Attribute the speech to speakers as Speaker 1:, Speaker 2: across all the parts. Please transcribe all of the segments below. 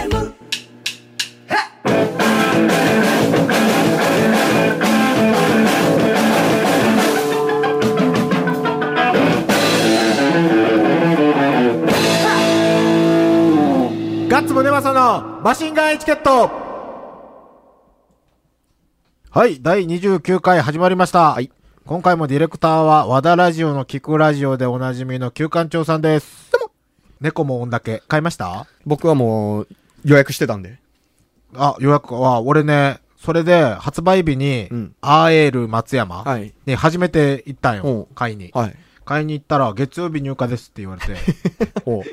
Speaker 1: J-O-E-U-F-M
Speaker 2: ガッツムネマソのマシンガンエチケットはい、第29回始まりました。はい。今回もディレクターは和田ラジオの聞くラジオでおなじみの旧館長さんです。どうも猫も音だけ買いました
Speaker 3: 僕はもう、予約してたんで。
Speaker 2: あ、予約は、俺ね、それで発売日に、
Speaker 3: うん
Speaker 2: アーエール松山
Speaker 3: はい
Speaker 2: に初めて行ったんよ、
Speaker 3: うん
Speaker 2: 買いに。
Speaker 3: はい。
Speaker 2: 買いに行ったら、月曜日入荷ですって言われ て。
Speaker 3: お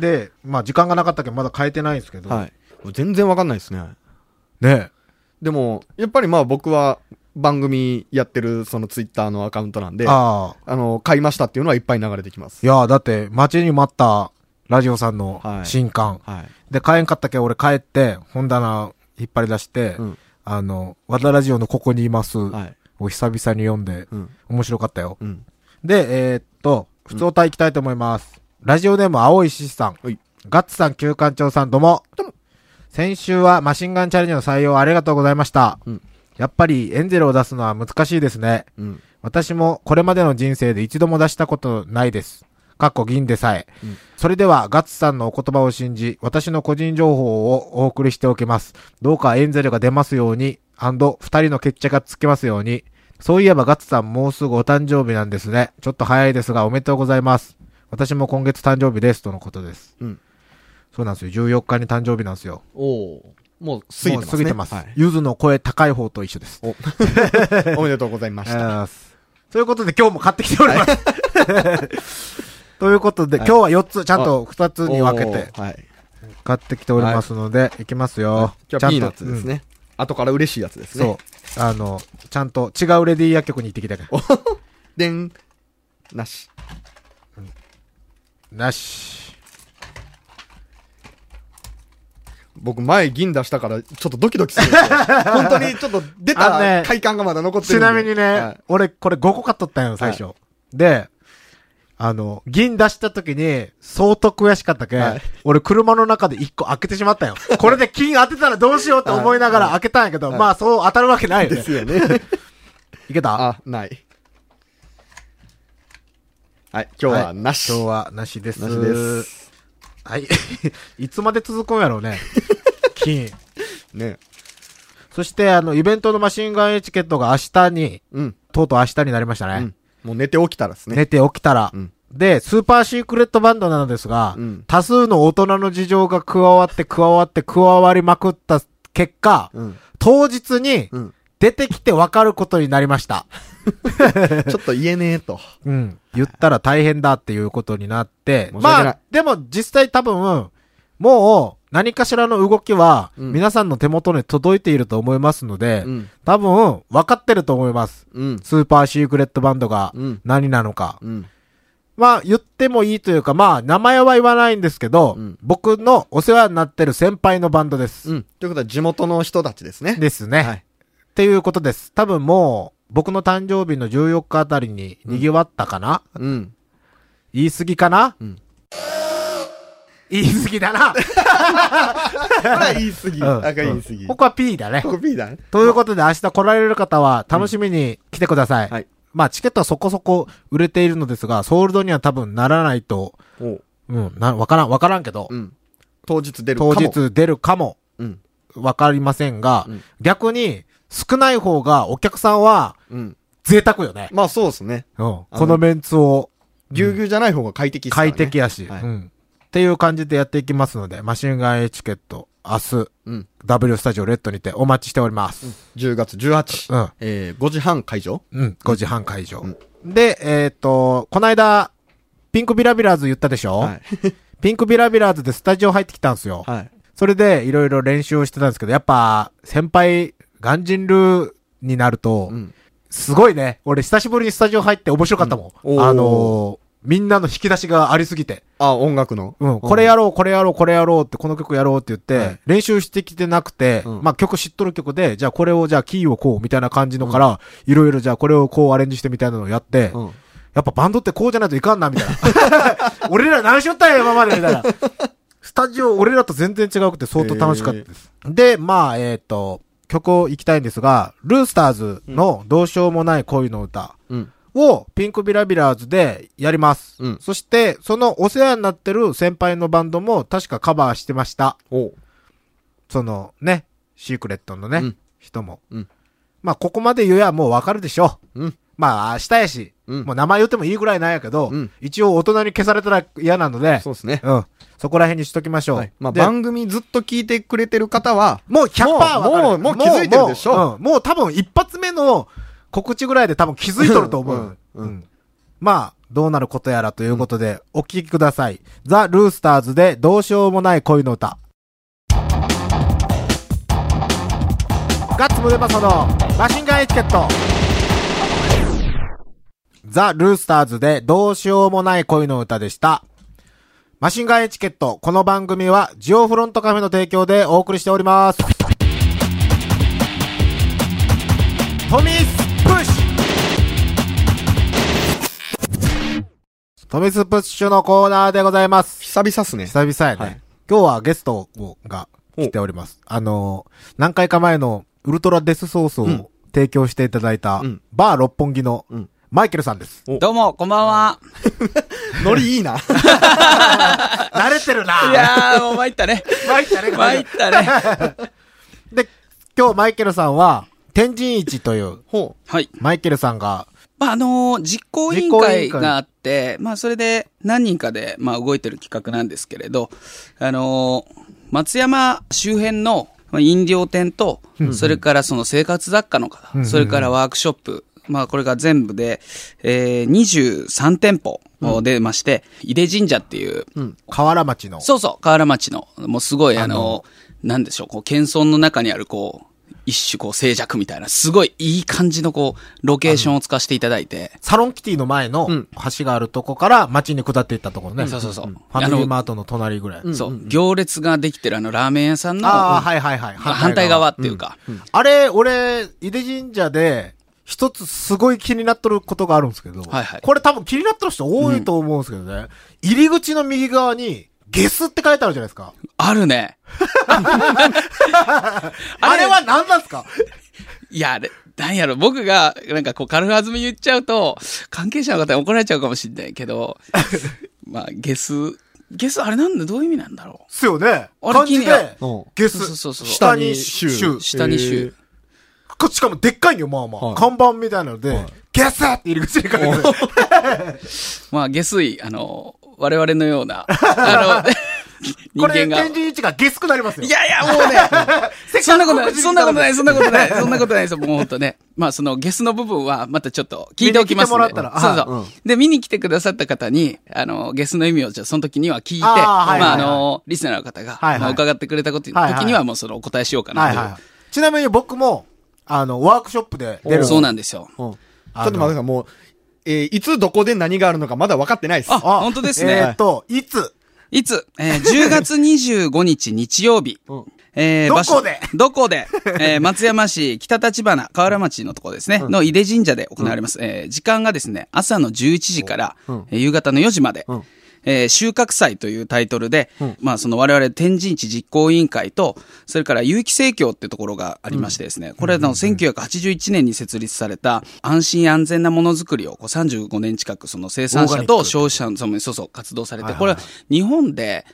Speaker 2: で、まあ時間がなかったけどまだ買えてないんですけど。
Speaker 3: はい。全然わかんないですね。
Speaker 2: ね
Speaker 3: でも、やっぱりまあ僕は番組やってるそのツイッターのアカウントなんで、あ
Speaker 2: ああ、
Speaker 3: の、買いましたっていうのはいっぱい流れてきます。
Speaker 2: いやーだって、待ちに待った、ラジオさんの
Speaker 3: はい
Speaker 2: 新刊。
Speaker 3: はい。
Speaker 2: で、買えんかったけど、俺帰って、本棚引っ張り出して、
Speaker 3: うん
Speaker 2: あの、和田ラジオのここにいます。
Speaker 3: はい。
Speaker 2: を久々に読んで、
Speaker 3: うん。
Speaker 2: 面白かったよ。
Speaker 3: うん。
Speaker 2: で、えーっと、普通体行きたいと思います。ラジオネーム、青い獅子さん。
Speaker 3: はい
Speaker 2: ガッツさん、旧館長さん、どうも。先週はマシンガンチャレンジの採用ありがとうございました。
Speaker 3: うん
Speaker 2: やっぱり、エンゼルを出すのは難しいですね。
Speaker 3: うん。
Speaker 2: 私もこれまでの人生で一度も出したことないです。かっこ銀でさえ。
Speaker 3: うん
Speaker 2: それでは、ガッツさんのお言葉を信じ、私の個人情報をお送りしておきます。どうかエンゼルが出ますように、アンド、二人の決着がつきますように。そういえば、ガッツさんもうすぐお誕生日なんですね。ちょっと早いですが、おめでとうございます。私も今月誕生日です、とのことです。
Speaker 3: うん。
Speaker 2: そうなんですよ。14日に誕生日なんですよ。
Speaker 3: おおもう過ぎてます、ね。
Speaker 2: もう過ぎてます
Speaker 3: はい。
Speaker 2: ゆずの声高い方と一緒です。
Speaker 3: おめでとうございまし
Speaker 2: ありがとうご ざい
Speaker 3: た。
Speaker 2: ます。ということで今日も買ってきております。 ということで、今日は4つ、ちゃんと2つに分けて
Speaker 3: おーはい。
Speaker 2: 買ってきておりますので、いきますよ。
Speaker 3: じゃ
Speaker 2: ちゃ
Speaker 3: あ
Speaker 2: んと
Speaker 3: ピーナッツです。ね。後から嬉しいやつで
Speaker 2: う
Speaker 3: す
Speaker 2: ん
Speaker 3: ね。
Speaker 2: そう。あの、ちゃんと違うレディー薬局に行ってきたから。
Speaker 3: でん。なし。
Speaker 2: なし。
Speaker 3: 僕前銀出したからちょっとドキドキするん ですよ。本当にちょっと出
Speaker 2: あのね
Speaker 3: た快感がまだ残ってる
Speaker 2: ち
Speaker 3: んで。
Speaker 2: なみにね、
Speaker 3: はい
Speaker 2: 俺これ5個買っとったんよ、最初。で、あの、銀出した時に、相当悔しかったけ、
Speaker 3: はい
Speaker 2: 俺車の中で1個開けてしまったんよ。これで金当てたらどうしようって思いながら開けたんやけど、
Speaker 3: はい
Speaker 2: まあそう当たるわけないよね
Speaker 3: ですよ ね。
Speaker 2: いけた
Speaker 3: あ、ない。はい、今日はなし。
Speaker 2: 今日はなしです。
Speaker 3: なしです。
Speaker 2: はい。 いつまで続くんやろう ね。金。
Speaker 3: ね。
Speaker 2: そして、あの、イベントのマシンガンエチケットが明日に、
Speaker 3: うん。
Speaker 2: とうとう明日になりました
Speaker 3: う
Speaker 2: ね
Speaker 3: ん。。もう寝て起きたらですね。
Speaker 2: 寝て起きたら。
Speaker 3: うん
Speaker 2: で、スーパーシークレットバンドなのですが、
Speaker 3: うん
Speaker 2: 多数の大人の事情が加わって加わって加わりまくった結果、
Speaker 3: うん。
Speaker 2: 当日に
Speaker 3: うん。
Speaker 2: 出てきて分かることになりました。
Speaker 3: ちょっと言えねえと。
Speaker 2: うん。言ったら大変だっていうことになって、
Speaker 3: 申し訳ない
Speaker 2: まあ、でも実際多分、もう何かしらの動きは、
Speaker 3: うん
Speaker 2: 皆さんの手元に届いていると思いますので、
Speaker 3: うん。
Speaker 2: 多分分かってると思います。
Speaker 3: うん。
Speaker 2: スーパーシークレットバンドが
Speaker 3: うん
Speaker 2: 何なのか。
Speaker 3: うん。
Speaker 2: まあ言ってもいいというか、まあ名前は言わないんですけど、
Speaker 3: うん
Speaker 2: 僕のお世話になってる先輩のバンドです。
Speaker 3: うん。ということは地元の人たちですね。
Speaker 2: ですね。
Speaker 3: はい
Speaker 2: っていうことです。多分もう、僕の誕生日の14日あたりに賑わったかな、
Speaker 3: うん。
Speaker 2: 言い過ぎかな、
Speaker 3: うん
Speaker 2: 言い過ぎだな、
Speaker 3: これは言い過ぎ。
Speaker 2: うん
Speaker 3: あ、言い過ぎ。
Speaker 2: ここは P だね。
Speaker 3: ここ B だね。
Speaker 2: ということで明日来られる方は楽しみに来てください。
Speaker 3: はい。
Speaker 2: まあチケットはそこそこ売れているのですが、ソールドには多分ならないと、
Speaker 3: おう。
Speaker 2: うん、な、わからん、わからんけど、
Speaker 3: うん。当日出るか
Speaker 2: 当
Speaker 3: も。。
Speaker 2: 日出るかも
Speaker 3: うん。
Speaker 2: わかりませんが、
Speaker 3: うん
Speaker 2: 逆に少ない方がお客さんは
Speaker 3: うん。
Speaker 2: 贅沢よね。
Speaker 3: まあそうですね。
Speaker 2: うん。このメンツを
Speaker 3: ぎゅうぎゅうじゃない方が快適っすからね
Speaker 2: 快適やし、
Speaker 3: はい
Speaker 2: うん。っていう感じでやっていきますので、マシンガンエチケット、明日、
Speaker 3: うん。
Speaker 2: W スタジオレッドにてお待ちしております。
Speaker 3: 10月18。
Speaker 2: うん。
Speaker 3: えー、5時半会場
Speaker 2: うん。5時半会場。で、えっ、と、この間、ピンクビラビラーズ言ったでしょ、
Speaker 3: はい。
Speaker 2: ピンクビラビラーズでスタジオ入ってきたんですよ。
Speaker 3: はい。
Speaker 2: それで、いろいろ練習をしてたんですけど、やっぱ、先輩、ガンジンルーになると、
Speaker 3: うん。
Speaker 2: すごいね。俺、久しぶりにスタジオ入って面白かったもん。
Speaker 3: うんおー
Speaker 2: あのーみんなの引き出しがありすぎて。
Speaker 3: あ、音楽の。
Speaker 2: うん、これやろう、これやろう、これやろうって、この曲やろうって言って、
Speaker 3: はい
Speaker 2: 練習してきてなくて、
Speaker 3: うん
Speaker 2: まあ曲知っとる曲で、じゃあこれを、じゃあキーをこう、みたいな感じのから、いろいろじゃあこれをこうアレンジしてみたいなのをやって、
Speaker 3: うん。
Speaker 2: ややっぱバンドってこうじゃないといかんな、みたいな。 俺ら何しよったんや、今まで、みたいな。スタジオ、俺らと全然違うくて相当楽しかったです。で、まあ、えっ、と、曲を行きたいんですが、ルースターズのどうしようもない恋の歌
Speaker 3: うん。
Speaker 2: をピンクビラビラーズでやります。
Speaker 3: うん
Speaker 2: そして、そのお世話になってる先輩のバンドも確かカバーしてました。
Speaker 3: おう。
Speaker 2: そのね、シークレットのね、
Speaker 3: うん
Speaker 2: 人も。
Speaker 3: うん
Speaker 2: まあ、ここまで言えばもうわかるでしょ。
Speaker 3: うん。
Speaker 2: まあ、明日やし、
Speaker 3: うん
Speaker 2: もう名前言ってもいいぐらいなんやけど、
Speaker 3: うん
Speaker 2: 一応大人に消されたら嫌なので、
Speaker 3: そうですね。
Speaker 2: うん。そこら辺にしときましょう。
Speaker 3: はい。まあ、
Speaker 2: で
Speaker 3: 番組ずっと聞いてくれてる方は、
Speaker 2: もう100%
Speaker 3: もう
Speaker 2: わかる
Speaker 3: もうもう気づいてるでしょ
Speaker 2: もう,、うん、もう多分一発目の告知ぐらいで多分気づいとると思う。
Speaker 3: うんうん
Speaker 2: まあ、どうなることやらということで、お聞きください。ザ・ルースターズでどうしようもない恋の歌。ガッツムデパソのマシンガンエチケット。ザ・ルースターズでどうしようもない恋の歌でした。マシンガンエチケット、この番組はジオフロントカフェの提供でお送りしております。トミースプッシュトミスプッシュのコーナーでございます。
Speaker 3: 久々っすね。
Speaker 2: 久々やね。
Speaker 3: はい
Speaker 2: 今日はゲストをが来ております。あのー何回か前のウルトラデスソース
Speaker 3: うん
Speaker 2: を提供していただいた、
Speaker 3: うん
Speaker 2: バー六本木の
Speaker 3: うん
Speaker 2: マイケルさんです。
Speaker 4: どうも、こんばんは。
Speaker 3: ノリいいな。
Speaker 2: 慣れてるない
Speaker 4: やー、もう参ったね。
Speaker 2: マイケル
Speaker 4: 参ったね。
Speaker 2: で、今日マイケルさんは、天神市という、
Speaker 3: ほ
Speaker 4: はい。
Speaker 2: マイケルさんが、
Speaker 4: まあ、あのー実行委員会があって、まあ、それで何人かで、まあ、動いてる企画なんですけれど、あのー松山周辺のまあ飲料店と、それからその生活雑貨の方、それからワークショップ、まあ、これが全部で、えー、23店舗出まして、井出神社っていう、
Speaker 2: 河原町の、
Speaker 4: そうそう、河原町の、もうすごいあの、なんでしょう、こう、謙遜の中にある、こう、一種こう静寂みたいな、すごいいい感じのこう、ロケーションを使わせていただいて、
Speaker 2: サロンキティの前の
Speaker 3: うん
Speaker 2: 橋があるとこから町に下っていったところね。
Speaker 4: そうそうそう。
Speaker 2: ファ
Speaker 4: あ
Speaker 2: ミリー
Speaker 4: の、
Speaker 2: マートの隣ぐらい。
Speaker 4: そう、行列ができてるあの、ラーメン屋さんの、
Speaker 2: ああ、
Speaker 4: まあ
Speaker 2: はいはいはい。
Speaker 4: 反対側っていうか、
Speaker 2: あれ、俺、井出神社で、一つすごい気になっとることがあるんですけど、
Speaker 4: はいはい
Speaker 2: これ多分気になっとる人多いと思うんですけどね、入り口の右側に、ゲスって書いてあるじゃないですか。
Speaker 4: あるね。
Speaker 2: あ
Speaker 4: あ
Speaker 2: れ
Speaker 4: れ
Speaker 2: は何なんですか
Speaker 4: いや、あれ、なんやろ、僕が、なんかこう、軽はずみ言っちゃうと、関係者の方に怒られちゃうかもしれないけど、 まあ、ゲス、ゲスあれなんだ、どういう意味なんだろ
Speaker 2: ですよね。
Speaker 4: あれ
Speaker 2: 感じ
Speaker 4: 気になる
Speaker 2: で
Speaker 3: うん、
Speaker 2: ゲ
Speaker 4: そうそうそう
Speaker 2: ス、
Speaker 4: そう
Speaker 2: 下にシ
Speaker 3: 下
Speaker 2: ュ
Speaker 4: う。下に
Speaker 3: へ
Speaker 4: 週
Speaker 3: ー。
Speaker 2: こしかもでっかいんよ、まあまあ。
Speaker 3: はい
Speaker 2: 看板みたいなので、ゲスって入り口に書いてある。
Speaker 4: まあ、下水、あの、我々のような、あの、人
Speaker 2: これ、
Speaker 4: 間が。
Speaker 2: 展
Speaker 4: い
Speaker 2: 示位置がゲスくなりますよ。。
Speaker 4: やいや、もうね、そんなことない、そんなことないい、そんなことない、そんなことないですよ、もうほんとね。まあ、そのゲスの部分は、またちょっと聞いておきますんで
Speaker 2: 見に来てもらったら
Speaker 4: そうそう、
Speaker 3: うん
Speaker 4: で、見に来てくださった方に、あの、ゲスの意味を、じゃあその時には聞いて、
Speaker 2: あーはい
Speaker 4: まあ、
Speaker 2: は
Speaker 4: あ
Speaker 2: いはい
Speaker 4: の、リスナーの方が、
Speaker 2: はいはい
Speaker 4: まあ、伺ってくれたこと、
Speaker 2: はいはい
Speaker 4: 時にはもうそのお答えしようかな
Speaker 2: はい
Speaker 4: という。
Speaker 2: はい。ちなみに僕も、あの、ワークショップで出る。
Speaker 4: そうなんですよ。
Speaker 3: うん。ちょ
Speaker 2: あ
Speaker 3: っ
Speaker 2: の
Speaker 3: と待ってください、もう、えーいつどこで何があるのかまだ分かってないです。
Speaker 4: あ本当ですね
Speaker 2: えっと、いつ、
Speaker 4: いつ、えー10月25日日曜日。
Speaker 3: うん
Speaker 4: えー
Speaker 2: どこ
Speaker 4: 場所
Speaker 2: で
Speaker 4: どこで、えー松山市北立花河原町のとこですね、の井出神社で行われます。えー時間がですね、朝の11時から、えー夕方の4時まで、
Speaker 3: うん
Speaker 4: えー収穫祭というタイトルで、まあその我々天神市実行委員会と、それから有機生協ってところがありましてですね、これはあの1981年に設立された安心安全なものづくりをこう35年近くその生産者と消費者の、そうそうそう、活動されて、これは日本で、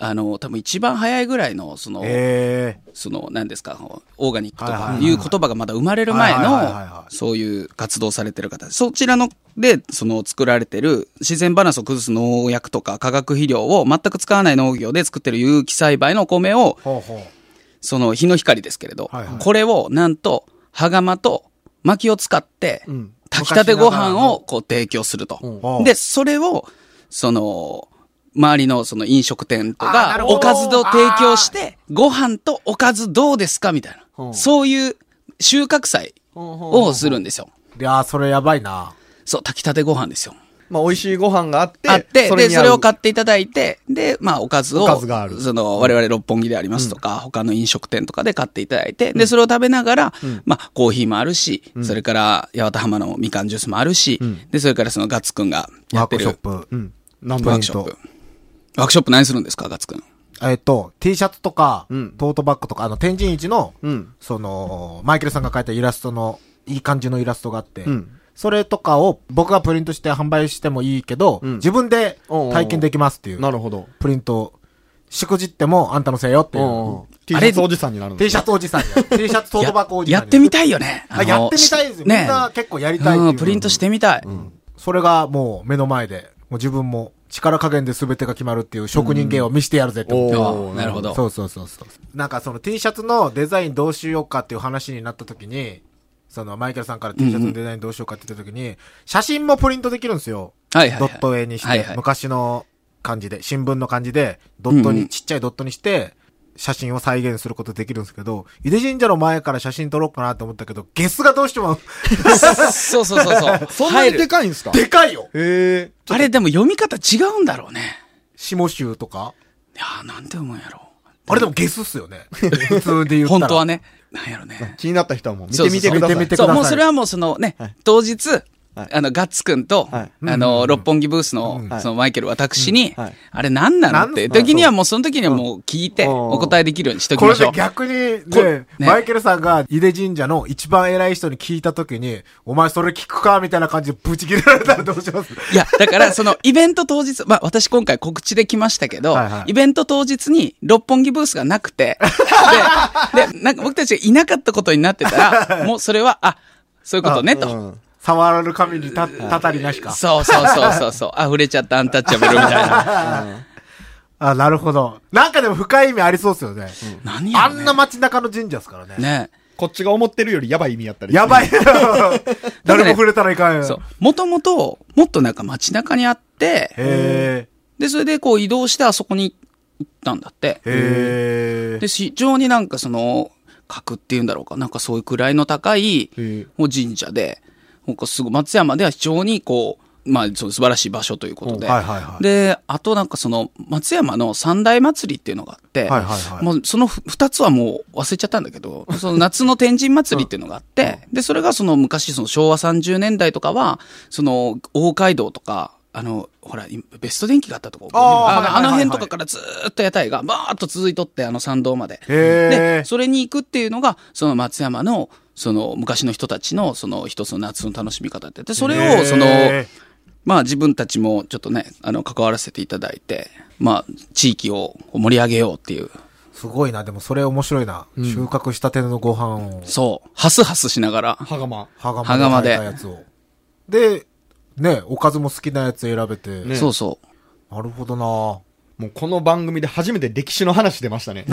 Speaker 4: あの、多分一番早いぐらいの、その、
Speaker 2: ええ
Speaker 4: その、何ですか、オーガニックと
Speaker 2: はいはい
Speaker 4: か
Speaker 2: はい
Speaker 4: いう言葉がまだ生まれる前
Speaker 2: はいはいはいはいは
Speaker 4: の、
Speaker 2: い
Speaker 4: そういう活動されてる方ですそちらの、で、その作られてる自然バランスを崩す農薬とか化学肥料を全く使わない農業で作ってる有機栽培のお米を、
Speaker 2: ほうほう。
Speaker 4: その日の光ですけれど
Speaker 2: はいはい、
Speaker 4: これをなんと、羽釜と薪を使って
Speaker 3: ん、
Speaker 4: 炊きたてご飯をこう提供すると
Speaker 2: う。ん
Speaker 4: で、それを、その、周りのその飲食店と
Speaker 2: あーなる
Speaker 4: か、
Speaker 2: ほど
Speaker 4: おかずを提供して、ご飯とおかずどうですかみたい
Speaker 3: ほ
Speaker 4: な。
Speaker 3: う
Speaker 4: そういう収穫祭
Speaker 3: ほうほうほう
Speaker 4: をするんですよ。
Speaker 2: いやー、それやばいな。
Speaker 4: そう、炊きたてご飯ですよ。
Speaker 3: まあ、美味しいご飯があって、
Speaker 4: あって、で、
Speaker 3: に合
Speaker 4: そうれを買っていただいて、で、まあ、おかずを、
Speaker 3: おかずがある
Speaker 4: その、我々六本木でありますとか、他の飲食店とかで買っていただいて、で、それを食べながら、まあ、コーヒーもあるし、それから、八幡浜のみかんジュースもあるし、で、それからそのガッツくんがや
Speaker 2: ワー
Speaker 4: って
Speaker 2: ク
Speaker 4: る
Speaker 2: ショップ。
Speaker 3: うん。なん
Speaker 4: ワ
Speaker 3: だ
Speaker 4: ークショップ。ワークショップ何するんですか、ガッツくん。
Speaker 2: えっと、T シャツとか、
Speaker 3: うん
Speaker 2: トートバッグとか、あの、天神市の、
Speaker 3: うん。
Speaker 2: その、マイケルさんが描いたイラストの、いい感じのイラストがあって、
Speaker 3: うん
Speaker 2: それとかを僕がプリントして販売してもいいけど、
Speaker 3: うん
Speaker 2: 自分で体験できますっていう、
Speaker 3: なるほど。
Speaker 2: プリントを、しくじってもあんたのせいよってい
Speaker 3: うん
Speaker 2: う。
Speaker 3: T シャツおじさんになるんで
Speaker 2: T シ
Speaker 3: すね
Speaker 2: ャツおじさんや。T シャツトートバッグおじさん
Speaker 4: やってみ
Speaker 2: い
Speaker 4: たいよね。あの
Speaker 2: やってみたいですよ。みんな結構やりたいっていうう。
Speaker 4: ん、プリントしてみたい。
Speaker 2: それがもう目の前で、もう自分も力加減で全てが決まるっていう職人芸を見せてやるぜって思って。
Speaker 4: ああなるほど。
Speaker 2: そうそうそうそう。なんかその T シャツのデザインどうしようかっていう話になった時に、そのマイケルさんから T シャツのデザインどうしようかって言った時に、写真もプリントできるんですよ。
Speaker 4: はいはい、はい。
Speaker 2: ドット絵にして、
Speaker 4: は いはい
Speaker 2: 昔の感じで、新聞の感じで、ドットに、
Speaker 4: うんうん
Speaker 2: ちっちゃいドットにして、写真を再現することできるんですけど、井出神社の前から写真撮ろうかなと思ったけど、ゲスがどう しても、
Speaker 4: そうそうそうそう。
Speaker 3: そんなに
Speaker 4: 入
Speaker 3: で
Speaker 4: る
Speaker 3: かいんですか
Speaker 2: でかいよ
Speaker 3: へえ。
Speaker 4: あれでも読み方違うんだろうね。
Speaker 2: 下州とか
Speaker 4: いやー、なんて思うんやろ
Speaker 2: あれでもゲスっすよ ね。普通で言
Speaker 4: う。
Speaker 2: ったら。
Speaker 4: 本当は。ね。なんやろね。
Speaker 3: 気になった人はもう見
Speaker 4: そう
Speaker 3: て
Speaker 4: そう
Speaker 3: み
Speaker 4: そ
Speaker 3: て
Speaker 4: う
Speaker 3: ください。
Speaker 2: 見てみてくだ
Speaker 4: そ
Speaker 2: さ
Speaker 4: う、
Speaker 2: い
Speaker 4: もうそれはもうそのね
Speaker 3: はい、
Speaker 4: 当日、
Speaker 3: はい
Speaker 4: あの、ガッツくんと、
Speaker 3: はい
Speaker 4: あの、六本木ブースの、そのマイケル私に、
Speaker 3: うんはい
Speaker 4: あれ何なの
Speaker 2: なん
Speaker 4: って
Speaker 2: なん
Speaker 4: 時にはもうその時にはもう聞いて、
Speaker 3: うん
Speaker 4: お答えできるようにしとき
Speaker 2: こ
Speaker 4: ま
Speaker 2: れ
Speaker 4: しょ
Speaker 2: で
Speaker 4: う。
Speaker 2: 逆にね、
Speaker 4: これね
Speaker 2: マイケルさんが井出神社の一番偉い人に聞いたときに、お前それ聞くかみたいな感じでブチ切れられたらどうし ます
Speaker 4: いや、だから、その、イベント当日、まあ、私今回告知できましたけど、
Speaker 2: はいはい
Speaker 4: イベント当日に六本木ブースがなくて、で、で、なんか僕たちがいなかったことになってたら、もうそれは、あ、そういうことね、と。
Speaker 3: うん
Speaker 2: 触る神にた、たたりなしか。
Speaker 4: そうそうそうそ うそう、溢れちゃったアンタッチャブルみたいな。
Speaker 2: あ、なるほど。なんかでも深い意味ありそうですよね。
Speaker 4: 何や
Speaker 2: あ
Speaker 4: ろ
Speaker 2: ん
Speaker 4: ね
Speaker 2: な街中の神社ですからね。
Speaker 4: ね。
Speaker 3: こっちが思ってるよりやばい意味やったり。
Speaker 2: や ばいよ誰も触れたらいかんよ。
Speaker 4: そう。もともと、もっとなんか街中にあって、
Speaker 2: へ
Speaker 4: で、それでこう移動してあそこに行ったんだって。
Speaker 2: え。へ
Speaker 4: で、非常になんかその、格っていうんだろうか、なんかそういう位の高い、
Speaker 3: い。
Speaker 4: もう神社で、なんかすごい松山では非常にこう、まあ、そう素晴らしい場所ということで。
Speaker 2: うんはいはいはい
Speaker 4: で、あとなんかその、松山の三大祭りっていうのがあって、
Speaker 2: はいはいはい
Speaker 4: もうそのふ二つはもう忘れちゃったんだ けど、その夏の天神祭りっていうのがあって、で、それがその昔その昭和30年代とかは、その、大街道とか、あの、ほら、今ベスト電気があったとこ、
Speaker 2: あーはいはい
Speaker 4: の
Speaker 2: は
Speaker 4: あ
Speaker 2: いはい
Speaker 4: の辺とかからずーっと屋台がバーっと続いとって、あの参道まで。
Speaker 2: え。へ
Speaker 4: で、それに行くっていうのが、その松山の、その昔の人たちの、その一つの夏の楽しみ方って。で、それを、その、
Speaker 2: へ
Speaker 4: まあ自分たちもちょっとね、あの、関わらせていただいて、まあ、地域を盛り上げようっていう、
Speaker 2: すごいな、でもそれ面白いな。収穫したてのご飯を、
Speaker 4: そう、ハスハスしながら、
Speaker 3: はがま。
Speaker 2: 羽
Speaker 4: 羽
Speaker 2: 釜
Speaker 4: 釜
Speaker 2: で
Speaker 4: で
Speaker 2: 炊いたやつを。で、ね、おかずも好きなやつ選べて。
Speaker 3: ね
Speaker 4: そうそう。
Speaker 2: なるほどな
Speaker 3: もうこの番組で初めて歴史の話出ましたね。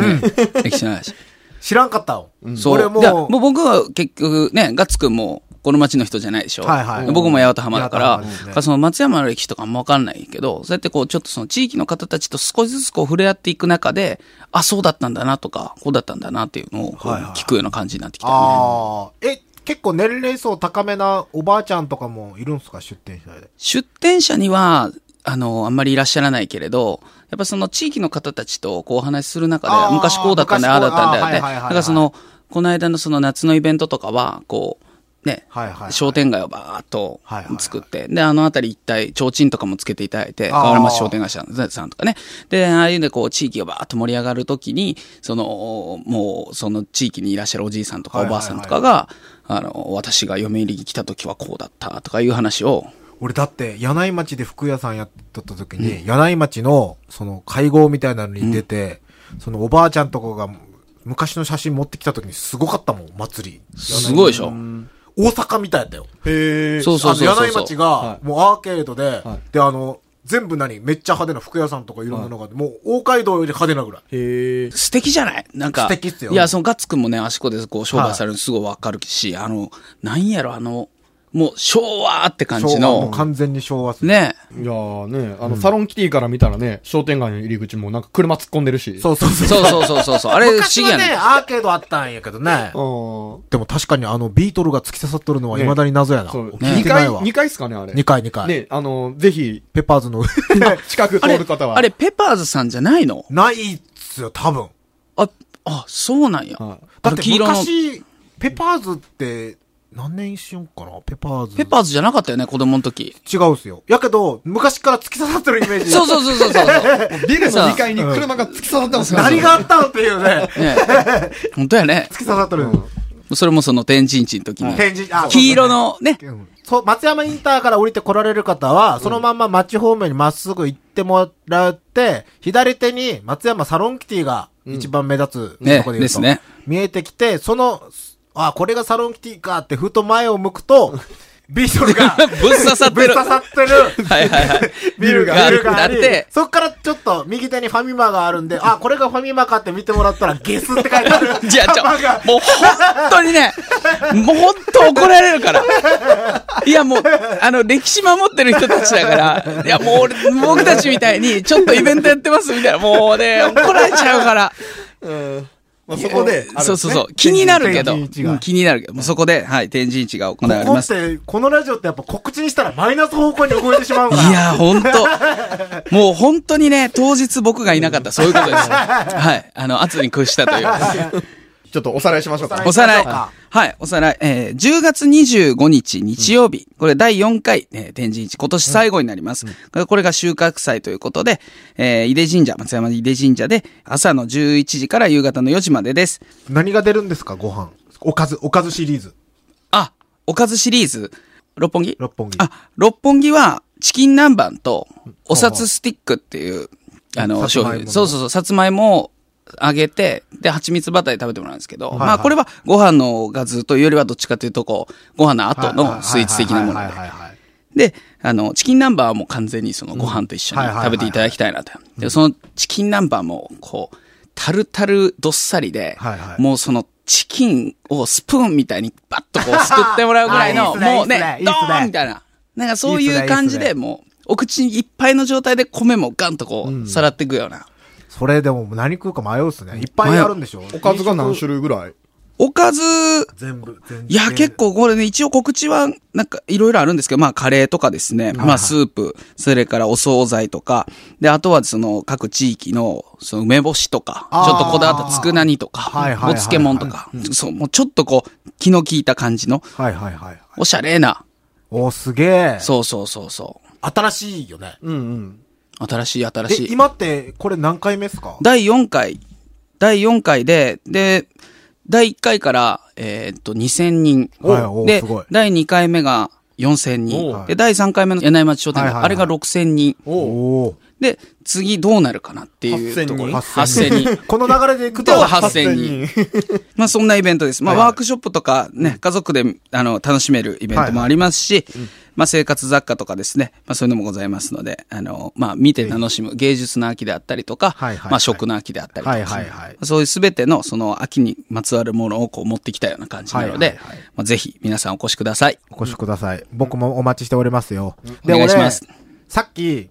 Speaker 4: 歴史の話。
Speaker 2: 知らんかったよ。
Speaker 4: そう。
Speaker 2: 俺
Speaker 4: いや
Speaker 2: も
Speaker 4: もう僕は結局ね、ガッツくんも、この町の人じゃないでしょ。
Speaker 2: はいはい
Speaker 4: 僕も八幡浜だから、
Speaker 2: 八幡浜ですね
Speaker 4: だからその松山の歴史とかあんまわかんないけど、そうやってこう、ちょっとその地域の方たちと少しずつこう触れ合っていく中で、あ、そうだったんだなとか、こうだったんだなっていうのをこう
Speaker 2: はいはい
Speaker 4: 聞くような感じになってきたよね。
Speaker 2: ああ。え、結構年齢層高めなおばあちゃんとかもいるんすか出店者で。
Speaker 4: 出店者には、あの、あんまりいらっしゃらないけれど、やっぱその地域の方たちとこうお話しする中
Speaker 2: あー
Speaker 4: で、昔こうだったんだよ、ああだ
Speaker 2: 昔こう
Speaker 4: ったん
Speaker 2: あー
Speaker 4: だよ
Speaker 2: は
Speaker 4: ね。
Speaker 2: いはいはいはい
Speaker 4: だからその、この間のその夏のイベントとかは、こう、ね、
Speaker 2: はいはいはい
Speaker 4: 商店街をバーっと
Speaker 2: はいはいはい
Speaker 4: 作って、で、あの辺り一帯、提灯とかもつけていただいて、
Speaker 2: あー
Speaker 4: 河原町商店会社さんとかね。で、ああいうのでこう、地域がバーっと盛り上がるときに、その、もう、その地域にいらっしゃるおじいさんとか
Speaker 2: は
Speaker 4: お
Speaker 2: いはい
Speaker 4: ば
Speaker 2: は
Speaker 4: あ
Speaker 2: い
Speaker 4: さんとかが、あの、私が嫁入りに来た時はこうだったとかいう話を、
Speaker 2: 俺だって、柳井町で服屋さんやっとった時に、柳井町の、その、会合みたいなのに出て、そのおばあちゃんとかが、昔の写真持ってきた時にすごかったもん、祭り。
Speaker 4: すごいでしょ。
Speaker 2: 大阪みたいだったよ。
Speaker 3: へえ。
Speaker 4: そうそうそうそうそ
Speaker 2: あの、
Speaker 4: う
Speaker 2: 柳井町
Speaker 3: は
Speaker 2: が、
Speaker 3: い
Speaker 2: もうアーケードで、
Speaker 3: はい
Speaker 2: で、あの、全部何めっちゃ派手な服屋さんとかいろんなのがあって、もう、大街道より派手なぐらい。
Speaker 3: へえ。
Speaker 4: 素敵じゃないなんか。
Speaker 2: 素敵っすよ
Speaker 4: いや、そのガッツくんもね、あそこでこう、商売されるのすごいわかるし、あの、なんやろ、あの、もう昭和って感じ
Speaker 2: 昭和もう
Speaker 4: の、
Speaker 2: 完全に昭和っす
Speaker 4: ね。
Speaker 3: いやーね、あの、サロンキティから見たらね、商店街の入り口もなんか車突っ込んでるし。
Speaker 2: そうそうそう。
Speaker 4: そうそうそうそうそう。あれ不思議
Speaker 2: 昔は
Speaker 4: や
Speaker 2: ね、
Speaker 4: ね。
Speaker 2: アーケードあったんやけどね。
Speaker 3: うん。
Speaker 2: でも確かにあのビートルが突き刺さっとるのは未だに謎やな。
Speaker 3: そう。
Speaker 2: 聞い
Speaker 3: 2
Speaker 2: てな
Speaker 3: 階、
Speaker 2: いわ。
Speaker 3: 2階っすかね、あれ。
Speaker 2: 2回2回。
Speaker 3: ね、あの、ぜひ、
Speaker 2: ペッパーズ の。
Speaker 3: 近く
Speaker 4: あ
Speaker 3: 通
Speaker 4: れ、
Speaker 3: る方は。
Speaker 4: あれ、ペッパーズさんじゃないの
Speaker 2: ないっすよ、多分。
Speaker 4: あ、あ、そうなんや。
Speaker 3: はい
Speaker 4: あ
Speaker 2: だっ
Speaker 4: の
Speaker 2: て
Speaker 4: 黄色の。
Speaker 2: 昔、ペッパーズって何年しようかな、ペッパーズ。
Speaker 4: ペッパーズじゃなかったよね、子供の時。
Speaker 2: 違うっすよ。やけど、昔から突き刺さってるイメージ。
Speaker 4: そうそうそうそうそう。
Speaker 3: ビルの2階に車が突き刺さったんですよ。
Speaker 2: 何があったのっていうね、
Speaker 4: ね本当やね
Speaker 2: 突。き刺さってる。
Speaker 4: それもその天神地の時に。
Speaker 2: 展示、あ、
Speaker 4: 黄色のね、
Speaker 2: うんそう、松山インターから降りて来られる方は、そのまんま町方面にまっすぐ行ってもらって、左手に松山サロンキティが一番目立つとこ
Speaker 4: ね
Speaker 2: で言うと、
Speaker 4: ですね
Speaker 2: 見えてきて、その、あ、これがサロンキティかってふと前を向く と、ビートルが
Speaker 4: ぶっ刺さっ
Speaker 2: ぶって
Speaker 4: る。
Speaker 2: 刺さ
Speaker 4: は
Speaker 2: ってる
Speaker 4: いはいはい。
Speaker 2: ビルが、
Speaker 4: あ
Speaker 2: ビルがあり
Speaker 4: だって、
Speaker 2: そっからちょっと右手にファミマがあるんで、あ、これがファミマかって見てもらったら、ゲスって書いてある。
Speaker 4: じゃあ、ちょ、
Speaker 2: 玉が
Speaker 4: もう本当にね、もう本当怒られるから。いやもう、あの、歴史守ってる人たちだから、いやもう俺、僕たちみたいに、ちょっとイベントやってますみたいな、もうね、怒られちゃうから。
Speaker 3: うん。まあ、そこで、
Speaker 4: そうそうそう。気になるけど、
Speaker 2: 天神地が
Speaker 4: うん気になるけど、もうそこで、はい、天神市が行われ
Speaker 2: ここ
Speaker 4: ま
Speaker 2: っ
Speaker 4: す。
Speaker 2: て、このラジオってやっぱ告知にしたらマイナス方向に動いてしまうから。
Speaker 4: いや、本当もう本当にね、当日僕がいなかった、そういうことです。はい。あの、圧に屈したという。
Speaker 3: ちょっとおさらいしましょうか。
Speaker 4: おさら
Speaker 2: そ
Speaker 4: い。
Speaker 2: うか
Speaker 4: はい、おさらい。えー10月25日日曜日、これ第4回、えー天神市、今年最後になります。これが収穫祭ということで、えー、井出神社、松山井出神社で、朝の11時から夕方の4時までです。
Speaker 2: 何が出るんですか、ご飯。おかず、おかずシリーズ。
Speaker 4: あ、おかずシリーズ、六本木
Speaker 2: 六本木。
Speaker 4: あ、六本木は、チキン南蛮と、お札スティックっていう、あ
Speaker 2: さ
Speaker 4: の、
Speaker 2: つ
Speaker 4: 商
Speaker 2: まいもの
Speaker 4: 品。そうそうそう、さつまいもを揚げて、で、蜂蜜バターで食べてもらうんですけど、
Speaker 2: い
Speaker 4: まあ、これはご飯のがずっというよりはどっちかというと、こう、ご飯の後のスイーツ的なもの
Speaker 2: はい
Speaker 4: で
Speaker 2: はい。はいはいはい。
Speaker 4: で、あの、チキン南蛮はもう完全にそのご飯と一緒に
Speaker 2: うんはいはいはい
Speaker 4: 食べていただきたいなと。で、そのチキン南蛮も、こう、タルタルどっさりで、
Speaker 2: はいはい
Speaker 4: もうそのチキンをスプーンみたいにバッとこうすくってもらうぐらい
Speaker 2: あーいいっ
Speaker 4: の、
Speaker 2: すね
Speaker 4: もう
Speaker 2: いいっすね
Speaker 4: ね
Speaker 2: い、いっ
Speaker 4: ド
Speaker 2: すね
Speaker 4: ーンみたいな。なんかそう
Speaker 2: いいっす
Speaker 4: い
Speaker 2: ね
Speaker 4: う感じ
Speaker 2: いいっ
Speaker 4: ですもう、お口いっぱいの状態で米もガンとこう、さらっていくような。
Speaker 2: それでも何食うか迷うっすね。いっぱいあるんでしょ
Speaker 3: おかずが何種類ぐらい
Speaker 4: おかず、
Speaker 2: 全部、全
Speaker 4: いや、結。構これね、一応告知は、なんか、いろいろあるんですけど、まあ、カレーとかですね、まあ、スープ、それからお惣菜とか、で、あとは、その、各地域の、その、梅干しとか、
Speaker 2: あー
Speaker 4: ちょっとこだわったつくな煮と
Speaker 2: はいはい
Speaker 4: か
Speaker 2: は、いは
Speaker 4: お
Speaker 2: い
Speaker 4: 漬物とか、そう、もうちょっとこう、気の利いた感じの、
Speaker 2: はいはいはい。
Speaker 4: おしゃれな、
Speaker 2: おー、すげえ。
Speaker 4: そうそうそうそう、
Speaker 2: 新しいよね。
Speaker 3: うんうん。
Speaker 4: 新しい新
Speaker 2: え
Speaker 4: しい、。
Speaker 2: 今って、これ何回目っすか
Speaker 4: 第4回、第4回で、で、第1回から、えーっと、2000人。
Speaker 2: はいおー
Speaker 4: です
Speaker 2: ごい、
Speaker 4: 第2回目が4000
Speaker 2: お
Speaker 4: 人。
Speaker 2: う
Speaker 4: で、第3回目の柳井町商店
Speaker 2: はいはいは
Speaker 4: 街、
Speaker 2: い
Speaker 4: あれが6000人。
Speaker 3: お
Speaker 2: おお。
Speaker 4: で、次どうなるかなっていうところ。
Speaker 2: 8000
Speaker 4: 8000 人。
Speaker 2: この流れでいくと
Speaker 4: と、8000人。
Speaker 3: 人。
Speaker 4: まあそんなイベントです。まあ
Speaker 2: はいはい
Speaker 4: ワークショップとかね、家族であの楽しめるイベントもありますし、まあ生活雑貨とかですね、まあそういうのもございますので、あの、まあ見て楽しむ芸術の秋であったりとか
Speaker 2: はいはいは、い
Speaker 4: まあ食の秋であったりと
Speaker 2: はい
Speaker 4: か、
Speaker 2: はいはい。
Speaker 4: そういうすべてのその秋にまつわるものをこう持ってきたような感じなの
Speaker 2: はい
Speaker 4: で
Speaker 2: はいはい、
Speaker 4: まあぜひ皆さんお越しください。
Speaker 2: お越しください。僕もお待ちしておりますよ。で、
Speaker 4: お願
Speaker 2: 俺
Speaker 4: いします、
Speaker 2: さっき、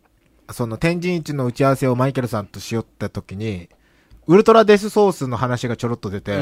Speaker 2: その天神市の打ち合わせをマイケルさんとしよった時に、ウルトラデスソースの話がちょろっと出て、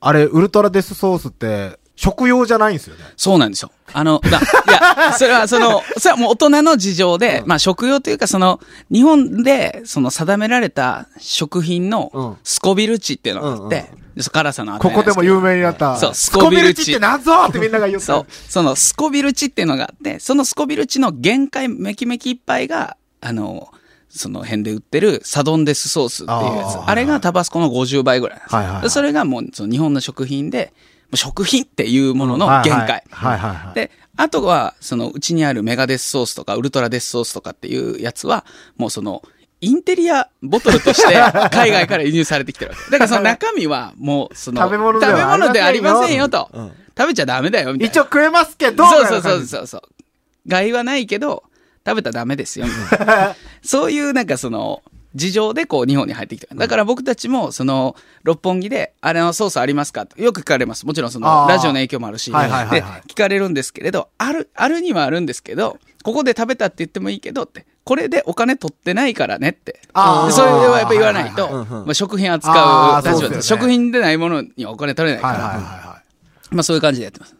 Speaker 2: あれ、ウルトラデスソースって、食用じゃないんですよね。
Speaker 4: そうなんですよ。あの、だいや、それはその、それはもう大人の事情で、まあ食用というかその、日本でその定められた食品
Speaker 3: う
Speaker 4: の
Speaker 3: ん
Speaker 4: スコビル値っていうのがあって、でその辛さの値
Speaker 2: こ
Speaker 4: なん
Speaker 2: こ
Speaker 4: すけ
Speaker 2: で
Speaker 4: ど
Speaker 2: も有名になった。
Speaker 4: そう
Speaker 2: ス
Speaker 4: ス
Speaker 2: コ
Speaker 4: コ
Speaker 2: ビ
Speaker 4: ビ
Speaker 2: ル
Speaker 4: ル
Speaker 2: チ
Speaker 4: チ
Speaker 2: ってなんぞってみんなが言った。
Speaker 4: そう。そのスコビル値っていうのがあって、そのスコビル値の限界めきめきいっぱいが、あの、その辺で売ってるサドンデスソースっていうやつ。
Speaker 2: あ
Speaker 4: あ
Speaker 2: ー
Speaker 4: れがタバスコの50倍ぐらいなんですよ
Speaker 2: はいはいはい
Speaker 4: それがもうその日本の食品で、もう食品っていうものの限界。
Speaker 2: はいはいはいはいはい。
Speaker 4: で、あとは、そのうちにあるメガデスソースとかウルトラデスソースとかっていうやつは、もうその、インテリアボトルとして海外から輸入されてきてるわけ。だからその中身はもうその
Speaker 2: 食べ物では
Speaker 4: 食べ物では
Speaker 2: あ
Speaker 4: あ
Speaker 2: り
Speaker 4: り
Speaker 2: ま
Speaker 4: ま
Speaker 2: せ
Speaker 4: せ
Speaker 2: ん
Speaker 4: ん
Speaker 2: よ
Speaker 4: よと。食べちゃダメだよみたいな。
Speaker 2: 一応食えますけど、
Speaker 4: そうそうそう
Speaker 2: う。
Speaker 4: そうそう。 害はないけど、食べたらダメですよ、みたいな。そういうなんかその、事情でこう日本に入ってきた。だから僕たちもその六本木であれのソースありますかってよく聞かれます。もちろんそ
Speaker 2: あ
Speaker 4: の
Speaker 2: ー
Speaker 4: ラジオの影響もあるし、
Speaker 2: はいはいはいはい
Speaker 4: で聞かれるんですけれど、ある、あるにはあるんですけど、ここで食べたって言ってもいいけどって、これでお金取ってないからねって。
Speaker 2: あー
Speaker 4: でそれはやっぱ言わないと、
Speaker 3: はいはいはいうんうん
Speaker 4: まあ、食品扱
Speaker 2: あ
Speaker 4: う
Speaker 2: ー
Speaker 4: 立
Speaker 2: そうで
Speaker 4: 場
Speaker 2: すよね
Speaker 4: で、食品でないものにはお金取れないか
Speaker 2: はい
Speaker 4: ら、
Speaker 2: はいはいは
Speaker 4: まあそういう感じでやってます。
Speaker 2: い。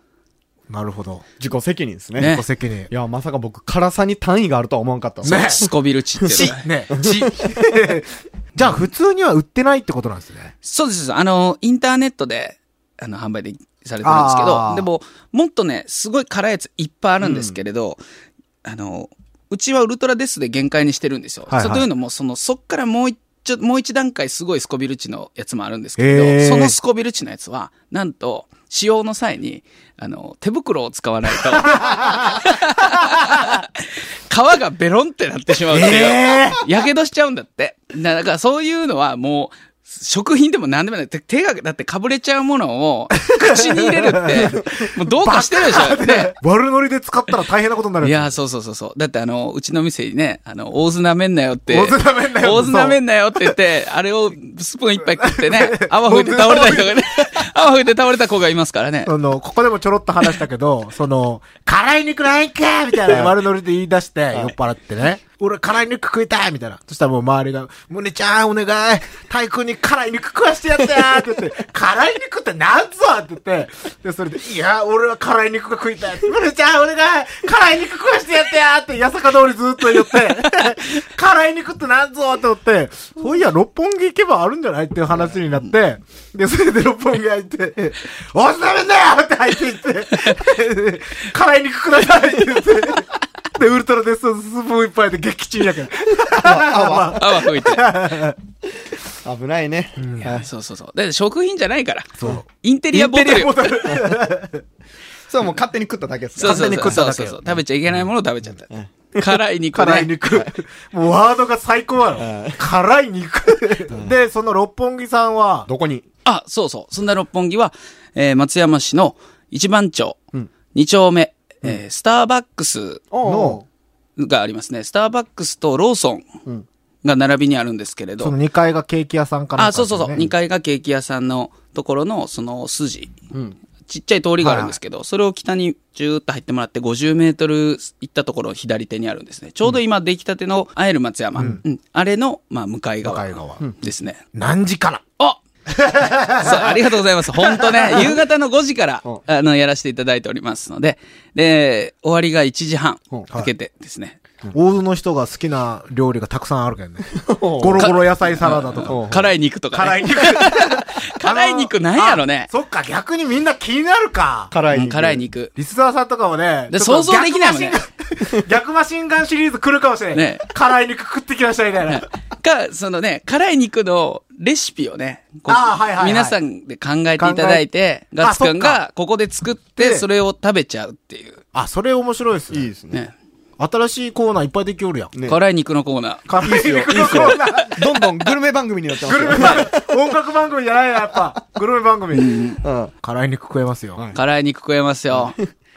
Speaker 2: なるほど。
Speaker 3: 自己責任ですね。
Speaker 4: ね
Speaker 2: お責任。
Speaker 3: いや、まさか僕、辛さに単位があるとは思わんかったわ。
Speaker 4: そうすこびるちっていうのが。
Speaker 2: ね、ち。じゃあ普通には売ってないってことなんですね。
Speaker 4: そうです。あの、インターネットで、あの、販売でされてるんですけ
Speaker 2: あー
Speaker 4: ど、でも、もっとね、すごい辛いやついっぱいあるんですけれど、あの、うちはウルトラデスで限界にしてるんですよ。
Speaker 2: はいはい
Speaker 4: そうというのも、その、そっからもう一丁、もう一段階すごいスコビル値のやつもあるんですけれ
Speaker 2: へー
Speaker 4: ど、そのスコビル値のやつは、なんと、使用の際に、あの、手袋を使わ ないと、皮がベロンってなってしまうっていう。
Speaker 2: え
Speaker 4: やけどしちゃうんだって。なだからそういうのはもう、食品でも何でもない。て手が、だってかぶれちゃうものを口に入れる って、もうどうかしてるでしょ。ね
Speaker 2: ー、悪ノリで使ったら大変なことになる
Speaker 4: い
Speaker 2: や
Speaker 4: や、そうそうそうそう。だってあの、うちの店にね、あの、大津なめんなよって。
Speaker 2: 大津なめんなよ
Speaker 4: 大津なめんなよって言って、あれをスプーン一杯食っ てね、泡吹いて倒れた人がね、泡吹いて倒れた子がいますからね。
Speaker 2: その、ここでもちょろっと話したけど、 その、辛い肉ないんかみたいな悪ノリで言い出して、酔っ払ってね。俺辛い肉食いたいみたいな。そしたらもう周りが、むねちゃんお願い太君に辛い肉食わしてやってやって言って、辛い肉ってなんぞって言って、で、それで、いや、俺は辛い肉が食いたい。むねちゃんお願い辛い肉食わしてやってやって、八坂通りずっと言 って、辛い肉ってなんぞって思って、そういや、六本木行けばあるんじゃないっていう話になって、で、それで六本木入って、おすすめだよって入っていって、辛い肉くださいって言って、で、ウルトラデスをスプーンいっぱいで撃沈やけん。
Speaker 4: 泡吹いて。
Speaker 3: 危ないね。はい
Speaker 4: そうそうそう。だって食品じゃないから。
Speaker 2: そう。
Speaker 4: インテリ
Speaker 2: イ
Speaker 4: ア
Speaker 2: ン
Speaker 4: ボト
Speaker 2: テ
Speaker 4: ル
Speaker 2: リア
Speaker 4: よ
Speaker 2: ボ。トル。
Speaker 3: それはもう勝手に食っただけです
Speaker 4: そうそ
Speaker 2: 完全
Speaker 4: う
Speaker 2: に食
Speaker 4: そ
Speaker 2: っ
Speaker 4: う
Speaker 2: た
Speaker 4: そう
Speaker 2: だけ
Speaker 4: そう
Speaker 2: よ
Speaker 4: そう。食べちゃいけないものを食べちゃった。辛い肉 ね。
Speaker 2: 辛い肉。もうワードが最高やろ。辛い肉。で、その六本木さんは、
Speaker 3: どこに
Speaker 4: あ、そうそう。そんな六本木は、えー松山市の一番町、二丁目、えースターバックス
Speaker 2: の、
Speaker 4: がありますね。スターバックスとローソンが並びにあるんですけれど。
Speaker 2: その2階がケーキ屋さんかな
Speaker 4: あ、
Speaker 2: んか
Speaker 4: そ
Speaker 2: で
Speaker 4: う
Speaker 2: すよ
Speaker 4: そう
Speaker 2: ね
Speaker 4: そう。2階がケーキ屋さんのところの、その筋。ちっちゃい通りがあるんですけど、それを北にジューッと入ってもらって、50メートル行ったところを左手にあるんですね。ちょうど今出来たてのアエル松山。うんあれの、まあ、向かい側。
Speaker 2: 向かい側
Speaker 4: ですね。
Speaker 2: 何時から
Speaker 4: あ そうありがとうございます。本当ね、夕方の5時から、
Speaker 3: うん
Speaker 4: あの、やらせていただいておりますので、で、終わりが1時半、
Speaker 3: うん
Speaker 4: 開けてですね、
Speaker 2: 大津の人が好きな料理がたくさんあるけど ね。
Speaker 3: おう
Speaker 2: ゴロゴロ野菜サラダとか。
Speaker 3: おう
Speaker 4: 辛い肉とか、
Speaker 2: 辛い
Speaker 4: ね、
Speaker 2: 肉。
Speaker 4: 辛い肉なんやろね
Speaker 2: あ。そっか、逆にみんな気になるか。
Speaker 3: 辛い
Speaker 4: うん
Speaker 3: 肉。
Speaker 4: 辛い肉。
Speaker 2: リスナーさんとかもね。
Speaker 4: で
Speaker 2: ちょっと
Speaker 4: 想像できないもんね
Speaker 2: 逆マシンガン。 逆マシンガンシリーズ来るかもしれない
Speaker 4: ね。
Speaker 2: 辛い肉食ってきましたみたいな。
Speaker 4: か、そのね、辛い肉のレシピをね、こう
Speaker 2: あーはいはいはい
Speaker 4: 皆さんで考えていただいて、
Speaker 2: 考え
Speaker 4: ガッツくん
Speaker 2: あそっ
Speaker 4: がここで作って、
Speaker 2: で
Speaker 4: それを食べちゃうっていう、
Speaker 2: あ、それ面白いです
Speaker 3: いい
Speaker 2: ね。
Speaker 3: ですね。
Speaker 4: ね。
Speaker 2: 新しいコーナーいっぱいできおるやん。
Speaker 3: ね
Speaker 4: 辛い肉のコーナー。
Speaker 2: 辛い肉のコーナー。
Speaker 3: どんどんグルメ番組になってます
Speaker 2: グ
Speaker 3: よ
Speaker 2: ルメ番組、音楽番組じゃないな、やっぱ。グルメ番組。
Speaker 3: うん。
Speaker 2: 辛い肉食えますよ。
Speaker 4: 辛い肉食えますよ。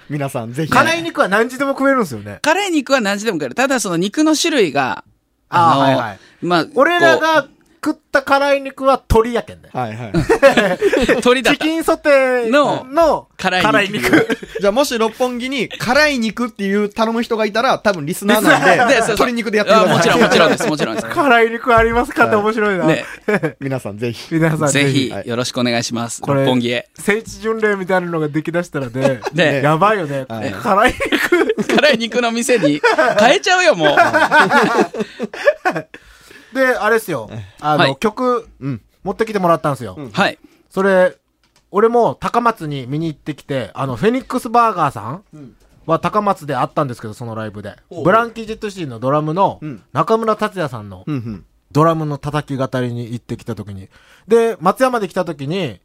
Speaker 3: 皆さん、ぜひ。
Speaker 2: 辛い肉は何時でも食えるんですよね。
Speaker 4: 辛い肉は何時でも食える。ただその肉の種類が、
Speaker 2: あー
Speaker 4: の
Speaker 2: はいはい
Speaker 4: まあ、
Speaker 2: 俺ら
Speaker 4: こ
Speaker 2: が食った辛い肉は鳥やけんね。
Speaker 3: はいはい。
Speaker 4: う、鳥だっ
Speaker 2: チ
Speaker 4: た。
Speaker 2: キンソテー
Speaker 4: の
Speaker 2: の
Speaker 4: 辛い肉
Speaker 2: 辛い肉。
Speaker 3: じゃあもし六本木に辛い肉っていう頼む人がいたら、多分リスナーなんで、
Speaker 4: でそうそう
Speaker 3: 鶏肉でやってください。
Speaker 4: あもちろん、もちろんです、もちろん です。
Speaker 2: 辛い肉ありますかって面白いな。
Speaker 4: ね、
Speaker 3: 皆さんぜひ。
Speaker 2: 皆さん
Speaker 4: ぜひ
Speaker 3: はい、
Speaker 4: よろしくお願いします。
Speaker 2: これ
Speaker 4: 六本木へ。
Speaker 2: 聖地巡礼みたいなのができだしたらね。
Speaker 4: ね
Speaker 2: やばいよね。
Speaker 3: はい
Speaker 2: 辛い肉。
Speaker 4: 辛い肉の店 に変えちゃうよ、もう。
Speaker 2: で、あれですよ。あの、
Speaker 4: はい
Speaker 2: 曲、
Speaker 3: うん
Speaker 2: 持ってきてもらったんですよ。
Speaker 4: はい。
Speaker 2: それ、俺も高松に見に行ってきて、あの、フェニックスバーガーさんは高松であったんですけど、そのライブで。ブランキー・ジェット・シティのドラムの
Speaker 3: ん、
Speaker 2: 中村達也さんの
Speaker 3: うんうん。
Speaker 2: ドラムの叩き語りに行ってきたときに。で、松山で来たときに、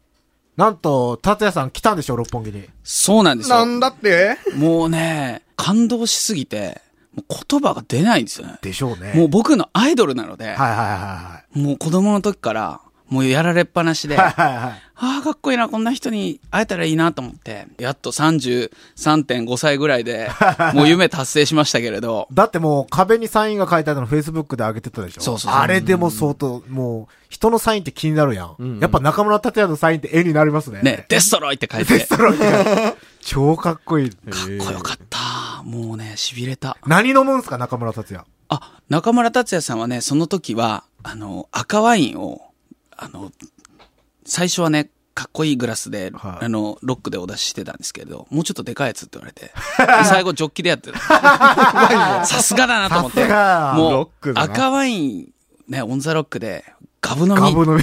Speaker 2: なんと、達也さん来たんでしょ、六本木に。
Speaker 4: そうなんです
Speaker 3: な
Speaker 4: よ。
Speaker 3: んだって
Speaker 4: もうね、感動しすぎて、もう言葉が出ないんですよね。
Speaker 2: でしょうね。
Speaker 4: もう僕のアイドルなので、
Speaker 2: はいはいはいはい。
Speaker 4: もう子供の時から、もうやられっぱなしで、
Speaker 2: はいはいはい。
Speaker 4: ああ、かっこいいな、こんな人に会えたらいいなと思って、やっと33.5歳ぐら
Speaker 2: 、
Speaker 4: いで、もう夢達成しましたけれど
Speaker 2: だってもう壁にサインが書いてあるのフェイスブックで上げてたでしょ
Speaker 4: そうそうそう
Speaker 2: あれでも相当、もう、人のサインって気になるやん。
Speaker 3: んうん
Speaker 2: やっぱ中村達也のサインって絵になりますね。
Speaker 4: ね、デストロイって書いて、かっ
Speaker 2: 超かっこいい。
Speaker 4: こよかった。もうね、痺れた。
Speaker 2: 何飲むんすか、中村達也。
Speaker 4: あ、中村達也さんはね、その時は、あの、赤ワインを、あの、最初はね、かっこいいグラスで、
Speaker 2: はい
Speaker 4: あの、ロックでお出ししてたんですけれど、もうちょっとでかいやつって言われ て、で最後ジョッキでやってる。さすがだなと思って
Speaker 2: さすが、
Speaker 3: ロッ
Speaker 4: も
Speaker 3: ク
Speaker 4: う、
Speaker 3: だな
Speaker 4: 赤ワイン、ね、オンザロックで、ガブ飲み。
Speaker 2: ガブ飲み。
Speaker 4: い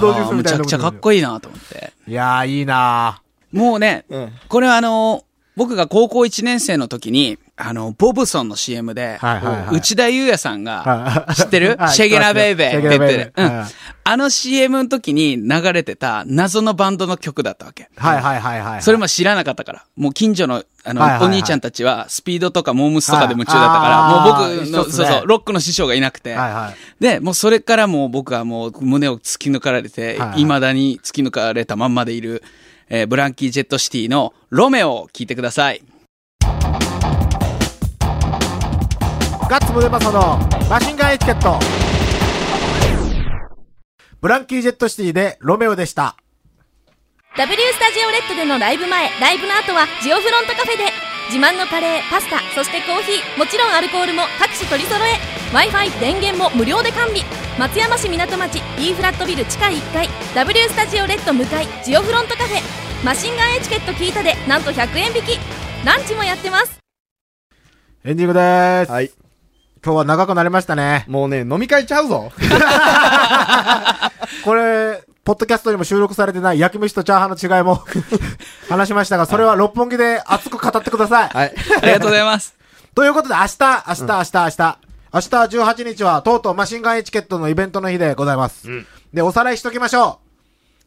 Speaker 2: プロデュース
Speaker 4: ー
Speaker 2: み
Speaker 4: む
Speaker 2: た
Speaker 4: ち
Speaker 2: い
Speaker 4: ゃ
Speaker 2: な
Speaker 4: くちゃかっこいいなと思って。
Speaker 2: いやー、いいな
Speaker 4: もうね、
Speaker 3: うん
Speaker 4: これはあの、僕が高校1年生の時に、あの、ボブソンの CM で、
Speaker 2: はいはいはい
Speaker 4: 内田祐也さんが
Speaker 2: は、い
Speaker 4: 知ってる、
Speaker 2: はい
Speaker 4: シェゲラベイベーって言っ
Speaker 2: シ
Speaker 4: て
Speaker 2: ェゲラベイ
Speaker 4: る。
Speaker 2: ベ
Speaker 4: う
Speaker 2: ー
Speaker 4: ん
Speaker 2: はい。
Speaker 4: あの CM の時に流れてた謎のバンドの曲だったわけ。
Speaker 2: ー。はいはいはいはい。
Speaker 4: それも知らなかったから。もう近所の、あの、
Speaker 2: はいはいはい
Speaker 4: お兄ちゃんたちは、スピードとかモームスとかで夢中だったから、
Speaker 2: はいあー
Speaker 4: もう僕
Speaker 2: 一
Speaker 4: の、
Speaker 2: つね
Speaker 4: そうそう、ロックの師匠がいなくて、
Speaker 2: はいはい。
Speaker 4: で、もうそれからもう僕はもう胸を突き抜かれて、
Speaker 2: はいはい
Speaker 4: い、未だに突き抜かれたまんまでいる、えーブランキー・ジェット・シティのロメオを聞いてください。
Speaker 2: ガッツムネマソのマシンガンエチケット。ブランキー・ジェット・シティでロメオでした。
Speaker 5: W スタジオレッドでのライブ前、ライブの後はジオフロントカフェで自慢のカレー、パスタ、そしてコーヒー、もちろんアルコールも各種取り揃え Wi-Fi、電源も無料で完備松山市港町 B フラットビル地下1階 W スタジオレッド向かいジオフロントカフェマシンガンエチケット聞いたでなんと100円引きランチもやってます
Speaker 2: エンディングでーす。
Speaker 3: はい。
Speaker 2: 今日は長くなりましたね。
Speaker 3: もうね、飲み会ちゃうぞ。
Speaker 2: これ、ポッドキャストにも収録されてない焼き飯とチャーハンの違いも 話しましたが、それは六本木で熱く語ってください。
Speaker 3: はい。
Speaker 4: ありがとうございます。
Speaker 2: ということで、明日、明日、明日、明日。明日18日は、とうとうマシンガンエチケットのイベントの日でございます。で、おさらいしときましょ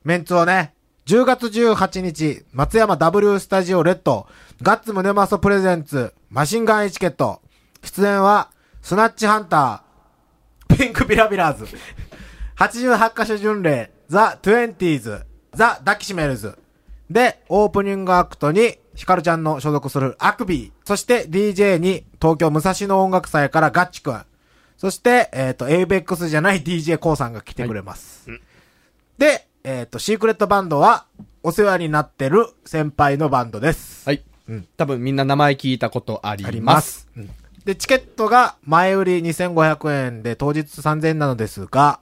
Speaker 2: う。メンツをね、10月18日、松山 W スタジオレッド、ガッツムネマソプレゼンツ、マシンガンエチケット。出演は、スナッチハンター、ピンクビラビラーズ、88カ所巡礼、ザ・トゥエンティーズ、ザ・ダキシメルズ。で、オープニングアクトに、ヒカルちゃんの所属するアクビー。そして DJ に、東京武蔵野音楽祭からガッチくん。そして、えっ、と、エイベックスじゃない DJ コウさんが来てくれます。で、えっ、と、シークレットバンドは、お世話になってる先輩のバンドです。
Speaker 3: はい。
Speaker 2: うん
Speaker 3: 多分みんな名前聞いたことあり
Speaker 2: あり
Speaker 3: ま。
Speaker 2: ますす。で、チケットが前売り2500円で当日3000円なのですが、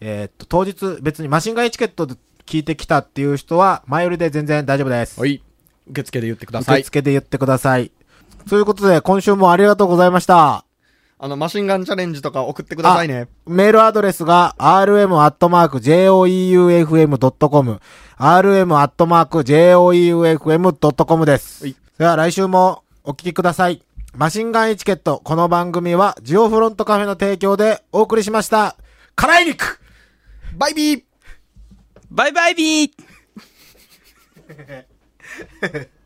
Speaker 2: えーっと、当日別にマシンガイチケットで聞いてきたっていう人は前売りで全然大丈夫です。
Speaker 3: はい。受付で言ってくださ
Speaker 2: 受
Speaker 3: い。
Speaker 2: 付で言ってください。ということで、今週もありがとうございました。
Speaker 3: あの、マシンガンチャレンジとか送ってくださいね。
Speaker 2: メールアドレスが rm.joeufm.com rm.joeufm.com です。
Speaker 3: はい
Speaker 2: では来週もお聞きください。マシンガンエチケット、この番組はジオフロントカフェの提供でお送りしました。辛い肉
Speaker 3: バイビー
Speaker 4: バイバイビー